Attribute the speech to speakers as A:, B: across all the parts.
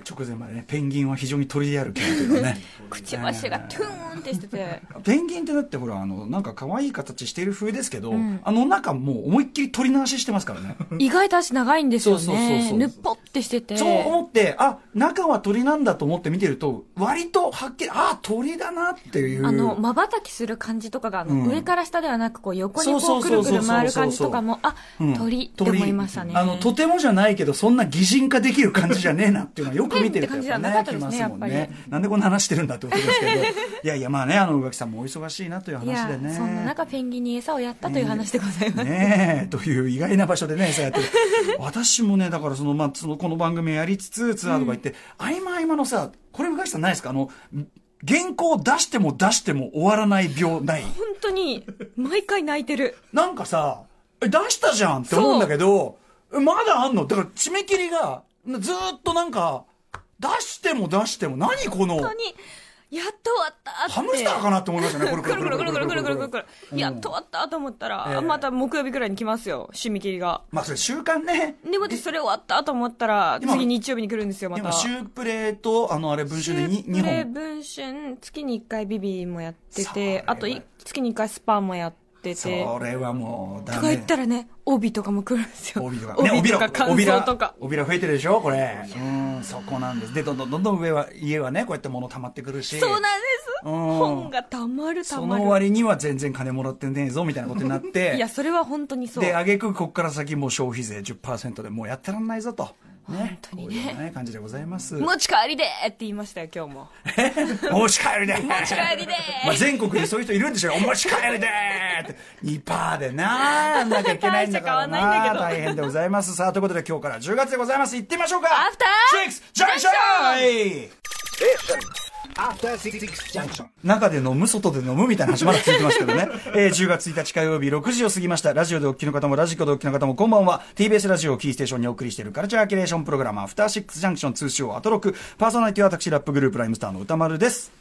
A: 直前までねペンギンは非常に鳥であるけれどね
B: くちばしがトゥーンってしてて
A: ペンギンってだってほらあのなんか可愛い形している風ですけど、
B: ん
A: あの中もう思いっきり鳥の足してますからね
B: 意外と足長いんですよ
A: そうそうそう
B: ね
A: そう
B: ぬっぽってしてて
A: そう思ってあ中は鳥なんだと思って見てると割とはっきりあ鳥だなっていう
B: あのまばたきする感じとかがあの、
A: うん
B: 上から下ではなくこう横
A: そ
B: にこ
A: うそう
B: うく
A: そ
B: る
A: うそう
B: くる回る感じとかもあ、
A: うん
B: 鳥って思いましたね
A: 鳥あのとてもじゃないけどそんな擬人化できる感じじゃねえなっていうのはよく見てると
B: ペンって感じじ
A: や
B: ゃ
A: っ
B: な
A: ぱ
B: か
A: ね
B: っ
A: き
B: たですね
A: ますもん
B: やっ
A: ね
B: ぱ
A: なんでこんな話してるんだってことですけどいやいやまあねあの宇垣さんもお忙しいなという
B: い
A: 話
B: や
A: でね
B: そんな中ペンギンに餌をやったという話でございます、
A: ねえ、という意外な場所でね、そうや ってる。私もね、だからその、まあ、その、この番組やりつつ、ツアーとか行って、合間合間のさ、これ昔さんないですかあの、原稿を出しても出しても終わらない病ない。
B: 本当に毎回泣いてる
A: なんかさ、え出したじゃんって思うんだけど、えまだあんのだから締め切りが、ずーっとなんか、出しても出しても、何この、
B: 本当にやっと終わったって
A: ハムスターかなって思いましたね、これ
B: くるくるくるくるくるくるくるくるやっと終わったと思ったら、
A: ええ
B: また木曜日くらいに来ますよ締め切りが
A: まあそれ習慣ね。
B: でも私それ終わったと思ったら
A: 今
B: 次日曜日に来るんですよま
A: 今、
B: た
A: シュープレーと、あの、あれ、文集でに2
B: 週プレ
A: 本。
B: 文春月に1回ビビもやって
A: それ
B: てあとい月に1回スパもやって
A: そ
B: て
A: れはもう、
B: と
A: ダ
B: か
A: メ
B: 言ったらね帯とかも来るんですよ
A: 帯とか、
B: 帯とか感想とか
A: 帯ら増えてるでしょこれ。うん、そこなんです。で、どんどんどんどん上は、家はね、こうやって物溜まってくるし。
B: そうなんです
A: うん
B: 本がたまるた
A: そ
B: ま
A: の
B: る
A: 割には全然金もらってねえぞ、みたいなことになって。
B: いやそれは本当にそう
A: で、あげく、こっから先もう消費税10%でもうやってらんないぞと。ね。
B: 本当に
A: こう
B: ね
A: いうね、感じでございます。
B: 持ち帰りでーって言いましたよ今日も
A: 持ち帰りで持
B: 持ち帰りでー
A: まあ、全国にそういう人いるんでしょうよお持ち帰りでーって2パーでなあなきゃいけないんだから
B: 大して変わんないんだけど
A: 大変でございますさあということで今日から10月でございます行ってみましょうか
B: アフタ
A: シ
B: ー
A: ックスジャンクション
C: After Six Junction.
A: 中で飲む、外で飲むみたいな話まだ続いてますけどね。えー10月1日火曜日6時を過ぎました。ラジオでお聞きの方も、ラジコでお聞きの方も、こんばんは。TBS ラジオをキーステーションにお送りしているカルチャーキュレーションプログラム、アフターシックスジャンクション通称アトロク。パーソナリティは私、ラップグループライムスターの歌丸です。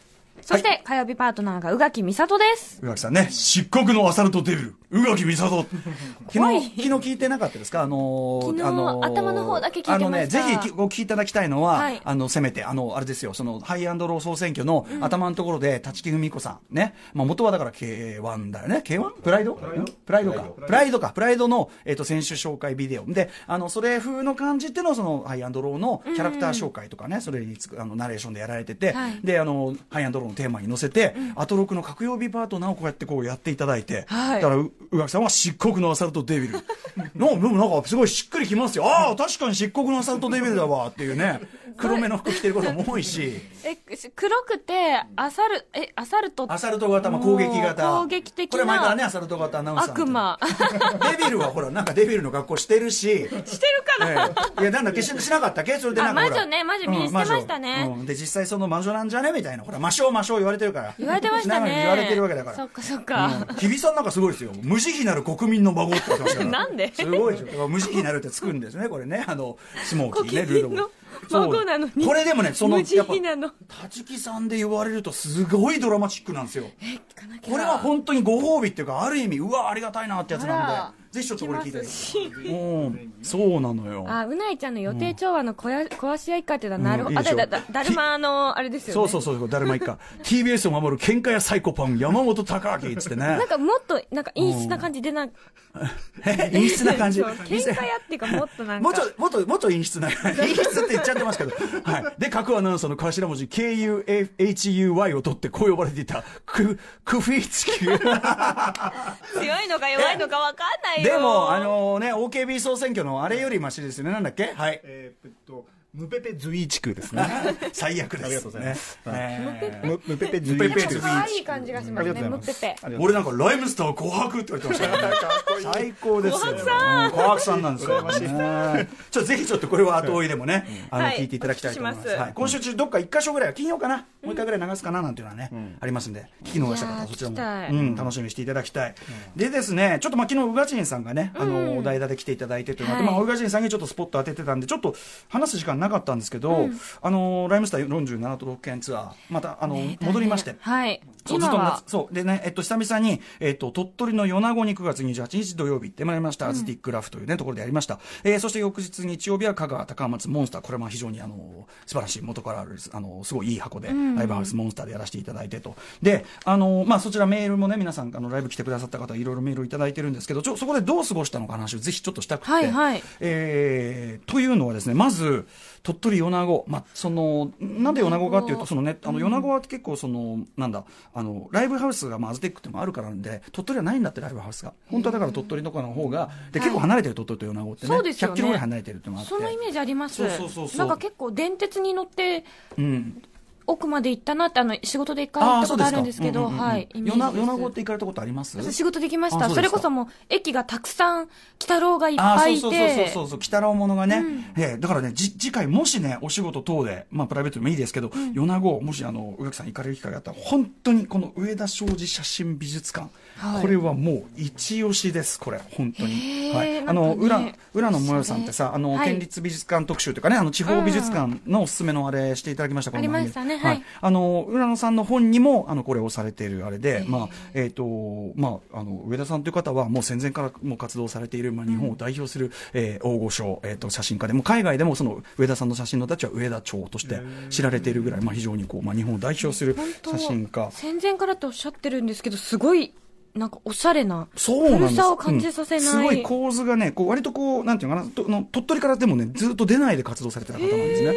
B: そして火曜日パートナーが宇垣美里です
A: 宇垣さんね、漆黒のアサルトデビル、宇垣美 里。昨
B: 怖い
A: 日、昨日聞いてなかったですかあのー
B: 昨日
A: あのー
B: 頭の方だけ聞いてました
A: あのね、ぜひきご聞きいただきたいのは、
B: はい
A: あの、せめて、あの、あれですよ、その、ハイアンドロー総選挙の頭のところで、立木文子さん、ね。まあ、元はだから K1 だよね。K1? プライドんプライドか。プライドか。プライドの、えっと、選手紹介ビデオ。で、あの、それ風の感じっていうのを、その、ハイアンドローのキャラクター紹介とかね、それにつく、あの、ナレーションでやられてて、
B: はい
A: で、あの、ハイアンドローのテーマに載せて、アトロクの各曜日パートナーをこうやってこうやっていただいて、
B: はい
A: だから、う宇垣さんは漆黒のアサルトデ ビル。なでもなんかすごいしっくりきますよ。ああ、確かに漆黒のアサルトデビルだわっていうね。黒目の服着てることも多いし、
B: え黒くてアサルえアサルト
A: アサルト型、まあ、攻撃型。
B: もう攻撃的
A: こ
B: な
A: れ前からね、アサルト型アナウンサー。
B: 悪魔。
A: デビルはほら、なんかデビルの格好してるし。
B: してるかな、
A: ええいや、なんだっけ、ししなかったっけそれでなんかほら。
B: あ魔女ね魔女見にしてましたね
A: うん魔女うんで、実際その魔女なんじゃねみたいな。ほら、魔性魔性言われてるから。
B: 言われてまし
A: な
B: たね
A: のに言われてるわけだから。
B: そっかそっか、
A: 日比さんなんかすごいですよ。無慈悲なる国民の孫って言ってましたから。
B: なんです
A: ごいでしょ。だから無慈悲なるってつくんですね、これね。あの、スモーキーね、
B: 国民
A: ルード
B: の
A: そう
B: 孫なのに
A: これでもね、その、
B: 無慈悲な
A: や
B: の
A: っぱ立木さんで言われるとすごいドラマチックなんですよ。
B: 聞かなきゃ
A: これは本当にご褒美っていうか、ある意味、うわ、ありがたいなってやつ
B: あ
A: な
B: ら
A: んで、ぜひちょっとこれ聞いて
B: 聞きますし
A: うん、そうなのよ。
B: あうないちゃんの予定調和の小や壊し合いかってだなるほ
A: うん
B: ど、
A: いいで
B: あ
A: しょ
B: だだだだるまのあれですよね
A: そうそうそう、誰もいっ か。TBS を守る喧嘩やサイコパン、山本隆明、つってね
B: なん。かもっとなんか陰湿な感じでなんか、
A: え陰湿な感じ。
B: そう喧嘩やっていうかもっとなん
A: も
B: か
A: うちょ、もっと、もっと陰湿 な、陰湿って言っちゃってますけど。はい。で、各アナウンサーの頭文字、KUHUY を取ってこう呼ばれていた、ク、クフィチキ
B: 強いのか弱いのかわかんないよ
A: でも、あのね、OKB 総選挙のあれよりマシですよね。なんだっけはい。
C: えーっと、ムペペズイ地区ですね。
A: 最悪です。
C: ありがとうございます
A: ね。えー
C: ムムペペズイ
A: ム
C: 地
A: ペペ
C: 区
A: ズイ
B: 可愛い感じがしますねむっぺぺ
C: ありがとうございます
A: 俺なんか、ライムスター琥珀って言われてました からね。最高ですよ。琥珀さん。琥珀さんなんですよ、ね。ちょっとぜひちょっとこれは後追いでもね、あの、
B: はい
A: 聞いていただきたいと思いま
B: お聞
A: す。
B: きします
A: はい。今週中どっか一箇所ぐらいは金曜かな、もう一回ぐらい流すかななんていうのはね、ありますんで、聞き逃した方はそちら
B: いやー聞きたい
A: も、うん、楽しみにしていただきたい。でですね、ちょっとまあ昨日、宇賀神さんがね、あの、お台場で来ていただいてというので、
B: はい
A: まあ、宇賀神さんにちょっとスポット当ててたんで、ちょっと話す時間なかったんですけど、あの、ライムスター47都道府県ツアー、また、あの、戻りまして、
B: はい
A: そうずっ
B: 今
A: と
B: は
A: 夏そう。でね、えっと、久々に、えっと、鳥取の米子に9月28日土曜日行ってまいりました。アズティックラフというね、ところでやりました。えーそして翌日日曜日は香川高松モンスター。これも非常にあの、素晴らしい元からある、あの、すごいいい箱で、ライブハウスモンスターでやらせていただいてと。で、あの、まあ、そちらメールもね、皆さん、あの、ライブ来てくださった方、いろいろメールをいただいてるんですけど、ちょ、そこでどう過ごしたのか話をぜひちょっとしたくて。
B: はいはい
A: えーというのはですね、まず、鳥取米子。まあ、その、なんで米子かっていうと、そのね、あの、米子は結構その、なんだ、あの、ライブハウスが、まあ、アズテックってのもあるからなんで、鳥取はないんだって、ライブハウスが。本当はだから鳥取とかの方が、で、結構離れてる鳥取と米子ってね、
B: そうですよね
A: 100キロぐらい離れてるってのもあって。
B: そのイメージあります
A: そうそうそうそう
B: なんか結構電鉄に乗って
A: うん。
B: 奥まで行ったなってあの仕事で一回行
A: ああ、
B: った
A: そ
B: こ
A: うで
B: とあ
A: す
B: る
A: か。
B: んですけど
A: うんうんうん
B: はいイメ
A: 米
B: ー
A: 子
B: ジです
A: 米子って行かれたことあります
B: 仕事できまし
A: あ
B: た
A: そう
B: そ
A: で
B: れ
A: すか
B: こそもう駅がたくさん鬼太郎がいっ
A: あ
B: ぱ
A: あ
B: い
A: ー
B: い
A: そうそうそう
B: て
A: そうそう北郎ものがね、ええだからねじ次回もしねお仕事等でまあプライベートでもいいですけど、米子もしあの宇垣さん行かれる機会があったら本当にこの上田昌司写真美術館、
B: はい
A: これはもう一押しですこれ本当に、
B: へー
A: はい、
B: なんかね
A: あの浦浦野萌代さんってさあの、
B: はい
A: 県立美術館特集というかねあの地方美術館のおすすめのあれしていただきましたこの番組
B: ありましたねはい
A: あの浦野さんの本にもあのこれをされているあれで、まあえーとまあ、あの上田さんという方はもう戦前からもう活動されている、まあ、日本を代表する、えー大御所、えー、と写真家でもう海外でもその上田さんの写真のたちは上田町として知られているぐらい、まあ、非常にこう、まあ、日本を代表する
B: 本当
A: 写真家。
B: 戦前からっておっしゃってるんですけどすごいなんかおしゃれな
A: そうなんです
B: 古さを感じさせない
A: うんすごい構図がね、こう割とこう、なんていうのかな、との鳥取からでもね、ずっと出ないで活動されてた方なんですね。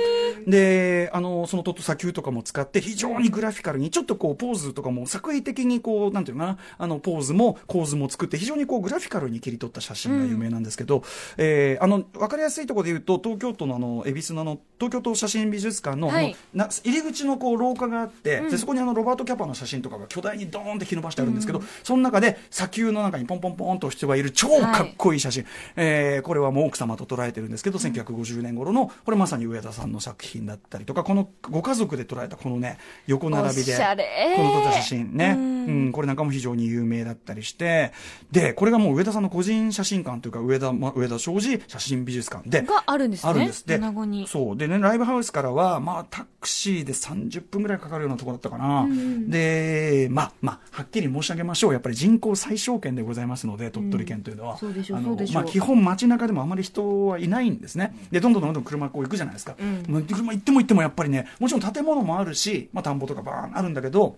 A: で、あの、その鳥取砂丘とかも使って、非常にグラフィカルに、ちょっとこう、ポーズとかも作為的にこう、なんていうのかな、あの、ポーズも構図も作って、非常にこう、グラフィカルに切り取った写真が有名なんですけど、えーあの、わかりやすいところで言うと、東京都のあの、恵比寿のあの、東京都写真美術館の、
B: はい
A: あのな入り口のこう廊下があって、でそこにあのロバート・キャパの写真とかが巨大にドーンって引き伸ばしてあるんですけど、その中で砂丘の中にポンポンポンと人がいる超かっこいい写真、えーこれはもう奥様と捉えてるんですけど、1950年頃のこれまさに上田さんの作品だったりとかこのご家族で捉えたこのね横並びで
B: おしゃれ
A: この撮った写真ね、
B: うん
A: うん、これなんかも非常に有名だったりしてでこれがもう上田さんの個人写真館というか上田,、ま、上田昌司写真美術館で
B: があるんですね
A: あるんですで
B: 米子に
A: そうでねライブハウスからは、まあ、タクシーで30分ぐらいかかるようなところだったかな、でまあまあはっきり申し上げましょうやっぱり人口最小県でございますので鳥取県というのは、
B: そうでしょう
A: あ
B: そ
A: の
B: うでしょう
A: まあ、基本街中でもあまり人はいないんですねでどんどんどんどん車こう行くじゃないですか、もう車行っても行ってもやっぱりねもちろん建物もあるし、まあ、田んぼとかバーンあるんだけど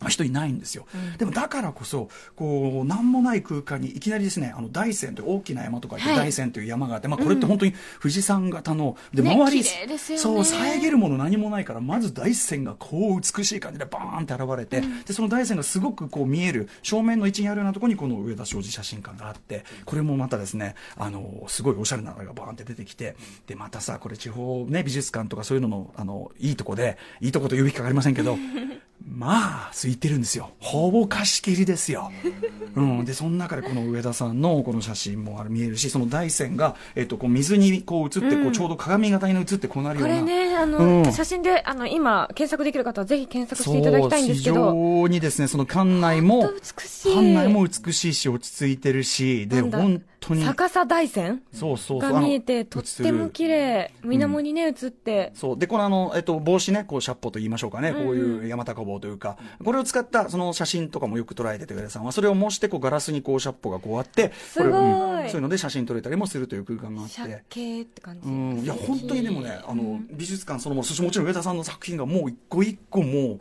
A: まあ人いないんですよ、でもだからこそこう何もない空間にいきなりですねあの大山という大きな山とか言って
B: はい
A: 大山という山があって、まあ、これって本当に富士山型ので
B: ね
A: 周り、
B: 綺麗ですよね
A: そう遮るもの何もないからまず大山がこう美しい感じでバーンって現れて、でその大山がすごくこう見える正面の位置にあるようなところにこの上田商事写真館があってこれもまたですねあのすごいおしゃれなのがバーンって出てきてでまたさこれ地方、ね、美術館とかそういうののあのいいとこでいいとこと言うべきか分かりませんけ どまあ空いてるんですよほぼ貸し切りですよ。うん、でその中でこの上田さんのこの写真もあれ見えるしその大山が、えっとこう水にこう映ってこうちょうど鏡型に映ってこうなるよ
B: こ
A: うな。
B: れねあの、
A: うん
B: 写真であの今検索できる方はぜひ検索していただきたいんですけど
A: そう非常にですねその館内も
B: 本当美しい
A: 館内も美しいし落ち着いてるしで
B: なんだ
A: 本当に
B: 逆さ大山
A: そうそうそう
B: が見え
A: あ
B: て
A: の
B: とっても綺麗水面にね映って、
A: そう。で、このあの、えっと、帽子ね、こう、シャッポと言いましょうかね。こういう山高帽というか、これを使った、その写真とかもよく捉えてて、上田さんは、それを模して、こう、ガラスにこう、シャッポがこうあって、これ
B: すごい
A: うんそういうので写真撮れたりもするという空間があって。
B: 借景って感じ、
A: うん、いや本当にでもねあの、美術館そのものそしてもちろん上田さんの作品がもう一個一個もう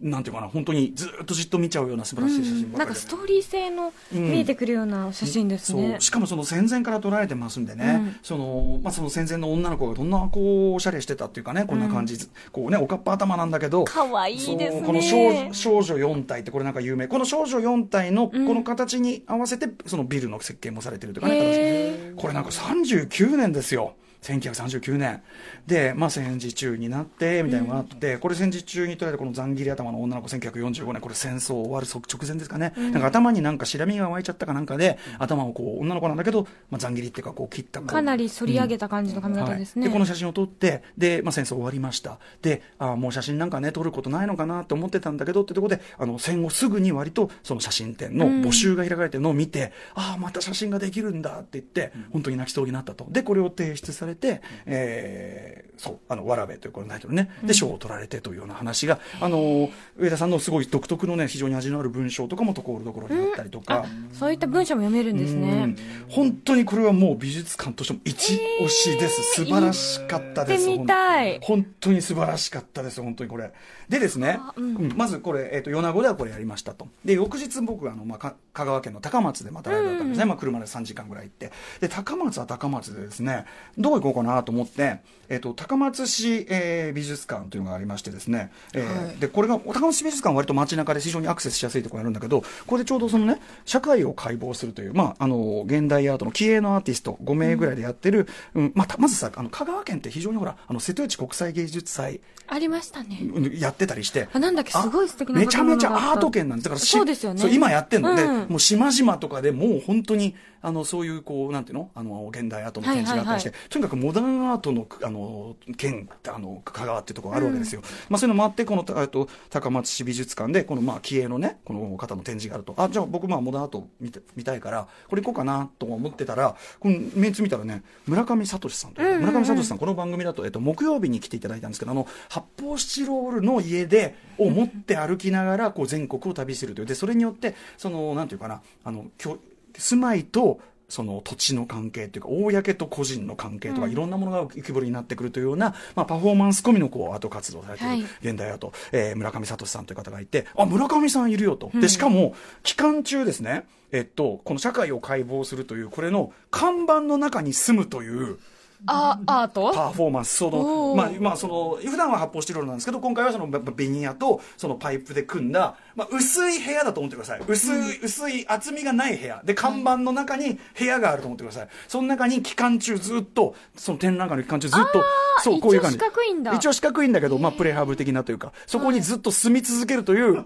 A: なんていうかな本当にずっとじっと見ちゃうような素晴らしい写真ばっかりで、
B: なんかストーリー性の見えてくるようなお写真ですね、
A: そうしかもその戦前から撮られてますんでね、
B: うん
A: そのまあ、その戦前の女の子がどんなこうおしゃれしてたっていうかねこんな感じ、こうねおかっぱ頭なんだけど
B: 可愛いですね
A: そうこの少少女4体ってこれなんか有名この少女4体のこの形に合わせてそのビルの設計もされてるとかね、
B: へ
A: 形これなんか39年ですよ。1939年で、まあ、戦時中になってみたいなのがあって、これ戦時中に撮られたこのざん切り頭の女の子1945年これ戦争終わる直前ですかね、なんか頭になんかしらみが湧いちゃったかなんかで頭をこう女の子なんだけど、まあ、ざん切りっていうかこう切ったこう
B: かなり反り上げた感じの髪型ですね、
A: はい、でこの写真を撮ってで、まあ、戦争終わりましたであーもう写真なんかね撮ることないのかなと思ってたんだけどってところであの戦後すぐに割とその写真展の募集が開かれてるのを見て、ああまた写真ができるんだって言って本当に泣きそうになったとでこれを提出されれて、えーそう、あの、わらべというこのタイトルね、で、賞を取られてというような話が、あのー上田さんのすごい独特のね、非常に味のある文章とかもところどころにあったりとか、
B: そういった文章も読めるんです
A: う
B: ね
A: ん。本当にこれはもう美術館としても一押しです。素晴らしかったです。
B: 行ってみたい
A: 本当に素晴らしかったです、本当にこれ。でですね、うんまずこれ、えっ、と、米子ではこれやりましたと。で、翌日僕、あの、まあ、か香川県の高松でまたライブだったんですね。まあ、車で3時間ぐらい行って。で、高松は高松でですね、どこ行こうかなと思って、えっ、と、高松市、えー美術館というのがありましてですね、えーで、これが、高松市美術館は割と街中で非常にアクセスしやすいところにあるんだけど、ここでちょうどそのね、社会を解剖するという、まあ、あの、現代アートの気鋭のアーティスト5名ぐらいでやってる、うん、まあたまずさ、あの、香川県って非常にほら、あの、瀬戸内国際芸術祭、
B: ありましたね。
A: うんやってたりして。
B: あなんだっけ
A: あ
B: すごい素敵な
A: めちゃめちゃ
B: 建物が
A: ア
B: あっ
A: ー
B: た
A: ト圏なんです。だからし
B: そうですよね
A: そう今やってんので、
B: うん
A: もう島々とかでもう本当に、あの、そういう、こう、なんていうのあの、現代アートの展示があったりして、
B: は
A: とにかくモダンアートの、あの、県、あの、香川っていうところがあるわけですよ。まあ、そういうのもあって、この、えっと、高松市美術館で、この、まあ、気鋭のね、この方の展示があると。あ、じゃあ僕、まあ、モダンアート見て見たいから、これ行こうかな、と思ってたら、このメンツ見たらね、村上聡さんと、村上聡さん、この番組だと、えっと、木曜日に来ていただいたんですけど、あの、発泡スチロールの家で、を持って歩きながら、こう、全国を旅するという。で、それによって、その、なんていうかな、あの、きょ住まいと、その土地の関係というか、公と個人の関係とか、いろんなものが浮き彫りになってくるというような、まあ、パフォーマンス込みのこうアート活動をされて
B: はい
A: る現代アート、えー村上聡さんという方がいて、あ、村上さんいるよと。で、しかも、期間中ですね、えっと、この社会を解剖するという、これの看板の中に住むという、
B: あ、アート
A: パフォーマンス、その、
B: おー
A: まあ、まあ、その、普段は発泡スチロールなんですけど、今回はその、べベニヤと、そのパイプで組んだ、まあ、薄い部屋だと思ってください。薄い、薄い厚みがない部屋。で、看板の中に部屋があると思ってください。その中に期間中ずっと、その展覧会の期間中ずっと、そう、こういう感じ。
B: 一応四角いんだ
A: 一応四角いんだけど、まあ、プレハブ的なというか、そこにずっと住み続けるという、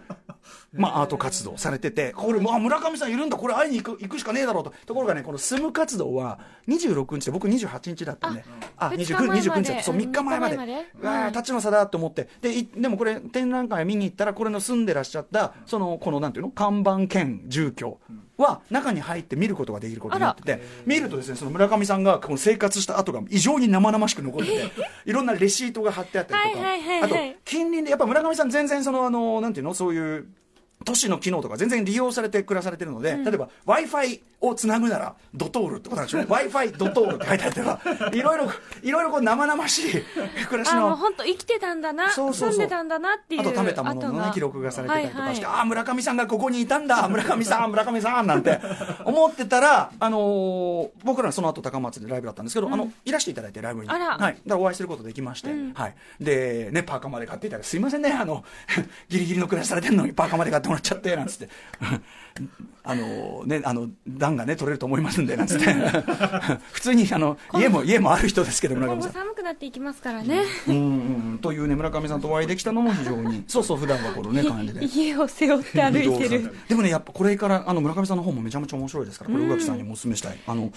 A: まあ、アート活動されてて、これ、まあ、村上さんいるんだ、これ会いに行く行くしかねえだろうと。ところがね、この住む活動は、26日で、僕28日だったんで、あ、
B: 二
A: 二
B: 日
A: 十
B: 前
A: 九
B: まで
A: 二十九日だったそう、
B: うん
A: 3日前まで。
B: 三日前まで
A: わあ、
B: うん
A: 立ちの差だと思って。で、いでもこれ、展覧会見に行ったら、これの住んでらっしゃった、その、この、なんていうの看板兼住居は、中に入って見ることができることになってて、見るとですね、その村上さんが、この生活した跡が異常に生々しく残ってて、いろんなレシートが貼ってあったりとか
B: はいは
A: あ
B: い、はい
A: と
B: はい、
A: 近隣で、やっぱ村上さん全然その、あの、なんていうのそういう、都市の機能とか全然利用されて暮らされてるので、例えば Wi-Fi をつなぐならドトールってことなんでしょうね。Wi-Fi ドトールって書いてあってば、いろいろ、いろいろこう生々しい暮らし
B: あ、もう
A: の。
B: 本当生きてたんだな、
A: そうそうそう
B: 住んでたんだなっていう。
A: あと食べたもののね、記録がされてたりとかして、
B: はい
A: ああ、村上さんがここにいたんだ、 村上さん、村上さんなん て思ってたら、あのー僕らその後高松でライブだったんですけど、あの、いらしていただいてライブに。
B: あら
A: はい。だからお会いすることできまして、はい。で、ね、パーカまで買っていただいて、すいませんね、あの、 ギリギリの暮らしされてるのにパーカまで買ってもらっちゃって、なんつって。 あのね、あの、段がね、取れると思いますんで、なんつって。 普通に、あの、家も、家もある人ですけど、村
B: 今
A: 上
B: 後
A: さん。
B: 寒くなっていきますからね。
A: うんうんうんというね村上さんとお会いできたのも非常 にそうそう普段はこのね感 じで。
B: 家を背負って歩いてる。
A: でもねやっぱこれからあの村上さんの方もめちゃめちゃ面白いですからこれ宇垣さんにもお勧めしたいあの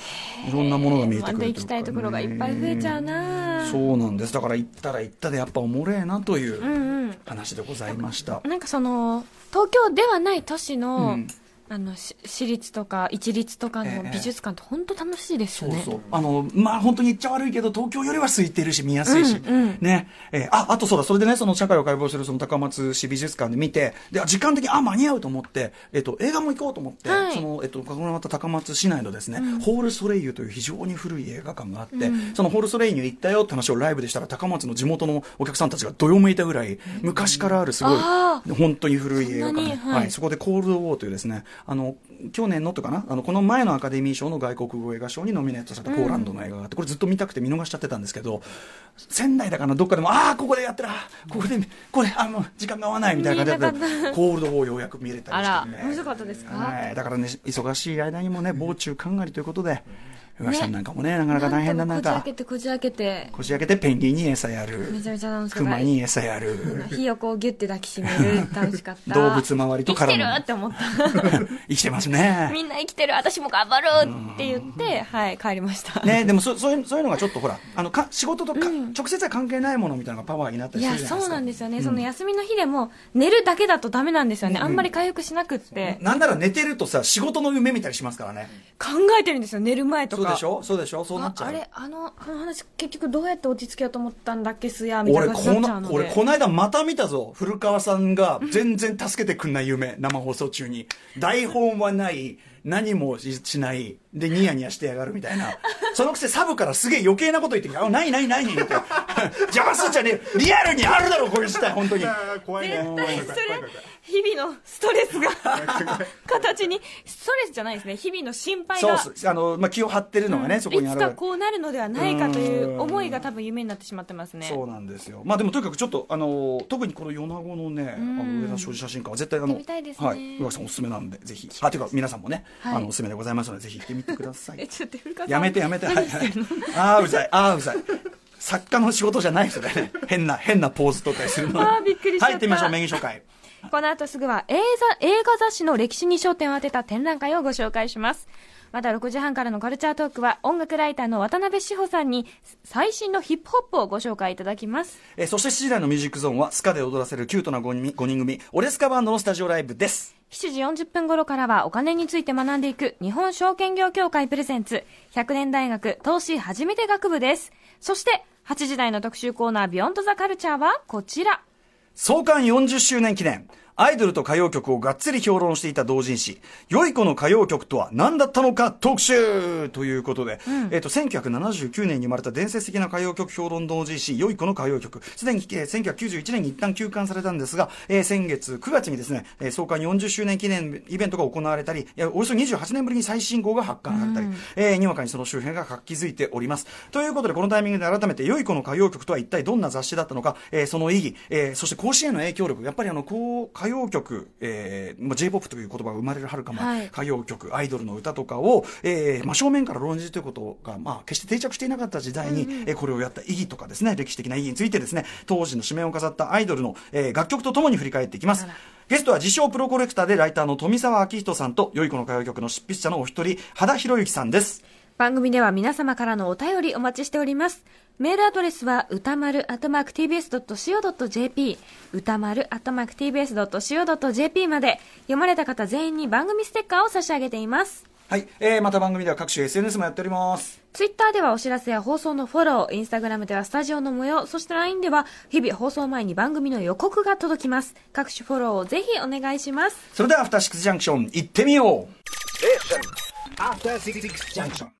A: いろんなものが見え
B: ま
A: てく
B: た
A: る
B: 行きたいところがいっぱい増えちゃうな
A: そ。うなんですだから行ったら行ったでやっぱおもれえなといううん
B: うん。
A: 話でございました、
B: なんかその東京ではない都市の、
A: うん
B: あのし私立とか一律とかの
A: ええ
B: 美術館って本当楽しいです
A: そ
B: よ
A: う
B: ね。
A: そうあのまあ本当に言っちゃ悪いけど東京よりは空いてるし見やすいし、
B: うんうん
A: ねえーああとそうだそれでねその社会を解剖するその高松市美術館で見てであ時間的にあ間に合うと思って、えっと映画も行こうと思って、
B: はい
A: そのえっとこのまた高松市内のですね、ホール・ソレイユという非常に古い映画館があって、そのホール・ソレイユに行ったよって話をライブでしたら高松の地元のお客さんたちがどよめいたぐらい昔からあるすごい
B: あ
A: 本当に古い映画
B: そん
A: 館、
B: なにはい
A: そこでコールドウォーというですね、あの、去年のとかな、あの、この前のアカデミー賞の外国語映画賞にノミネートされたポーランドの映画があって、これずっと見たくて見逃しちゃってたんですけど、仙台だからどっかでも、ああ、ここでやってる、あーここで、これ、あの、時間が合わないみたいな感じだっ
B: 見
A: た
B: れな
A: コールドウォーようやく見れた
B: あ
A: りし
B: ら
A: てね。
B: 難かったですか。
A: はい、だからね、忙しい間にもね、傍中かんがりということで、うわさんなんかもね、なかなか大変だ
B: な
A: なん
B: ともこ
A: か
B: じ開、けてこじ開けて
A: こじ開けてペンギンに餌やる
B: め、ちゃめちゃ楽しかっ
A: 熊
B: た。
A: に餌やる。
B: 火をこうギュッて抱きしめ る楽しかった。
A: 動物周りと
B: 生き
A: 絡
B: てる
A: む
B: って思った。
A: 生きてますね。
B: みんな生きてる私も頑張るって言ってはい帰りま した。
A: ね、でもそそういうそういうのがちょっとほらあのか仕事とか、直接は関係ないものみたいなのがパワーになった
B: い
A: りす
B: や
A: るじゃないです
B: そう
A: か
B: なんですよね、その休みの日でも寝るだけだとダメなんですよね、あんまり回復しなくって、
A: なんなら寝てるとさ仕事の夢見たりしますからね
B: 考えてるんですよ寝る前と
A: そう
B: か
A: でしょそうでしょそうな
B: あ
A: っちゃ
B: あ
A: う
B: れあのあの話結局どうやって落ち着けようと思ったんだっけすやみたい
A: 俺
B: な感じ
A: こ
B: になっちゃう
A: な
B: ので
A: 俺この間また見たぞ古川さんが全然助けてくんない夢生放送中に台本はない何もししないでニヤニヤしてやがるみたいなそのくせサブからすげえ余計なこと言ってきた「あないないない」って 邪魔すんじゃねえリアルにあるだろこういう事態本当に
C: あー怖いね
B: 絶対それ
C: 怖い怖い怖い
B: 日々のストレスが形にストレスじゃないですね日々の心配
A: そう
B: が
A: っすあの、まあ、気を張ってるのがね、そこ
B: い
A: にあ
B: つ
A: る
B: かこうなるのではないかという思いが多分夢になってしまってますね
A: そうなんですよまあでもとにかくちょっとあのー特にこの米子のね、あの上田庄司写真館は絶対あ
B: 行っ
A: の
B: てみたいですね
A: はい上田さんおすすめなんでぜひあというか皆さんもね、
B: はい
A: あのおすすめでございますのでぜひ行ってみてくださ
B: え
A: い
B: ちょっと古川さん
A: やめてやめてはい
B: 何してんの
A: ああうざいああうざい作家の仕事じゃない人だよね 変な変なポーズ取ったりするの
B: あーびっくりしちゃった
A: はい行ってみましょうメイン紹介
B: この後すぐは映画映画雑誌の歴史に焦点を当てた展覧会をご紹介します。また6時半からのカルチャートークは音楽ライターの渡辺志保さんに最新のヒップホップをご紹介いただきます。
A: えーそして7時台のミュージックゾーンはスカで踊らせるキュートな5人 ,5 人組オレスカバンドのスタジオライブです
B: 7時40分頃からはお金について学んでいく日本証券業協会プレゼンツ100年大学投資初めて学部です。そして8時台の特集コーナービヨンドザカルチャーはこちら。
A: 創刊40周年記念アイドルと歌謡曲をがっつり評論していた同人誌「良い子の歌謡曲とは何だったのか特集」ということで、えっと1979年に生まれた伝説的な歌謡曲評論同人誌「良い子の歌謡曲」すでに、えー1991年に一旦休刊されたんですが、えー先月9月にですね、えー創刊40周年記念イベントが行われたりいやおよそ28年ぶりに最新号が発刊されたり、えーにわかにその周辺が活気づいておりますということでこのタイミングで改めて「良い子の歌謡曲」とは一体どんな雑誌だったのか、えーその意義、えーそして甲子園の影響力やっぱりあのこう歌謡曲、えーまあ、j p o p という言葉が生まれるはるか前、
B: はい
A: 歌謡曲アイドルの歌とかを、えーまあ、正面から論じるということが、まあ、決して定着していなかった時代に、えーこれをやった意義とかですね歴史的な意義についてですね当時の紙面を飾ったアイドルの、えー楽曲とともに振り返っていきます。ゲストは自称プロコレクターでライターの富澤明人さんと、良い子の歌謡曲の執筆者のお一人、羽田博之さんです。
B: 番組では皆様からのお便りお待ちしております。メールアドレスは歌丸 atmarktbs.co.jp 歌丸 atmarktbs.co.jp まで読まれた方全員に番組ステッカーを差し上げています。
A: はい。えー、また番組では各種 SNS もやっております。
B: ツイッターではお知らせや放送のフォロー、インスタグラムではスタジオの模様、そして LINE では日々放送前に番組の予告が届きます。各種フォローをぜひお願いします。
A: それでは、アフターシックスジャンクション、行ってみよう
C: アフターシックスジャンクション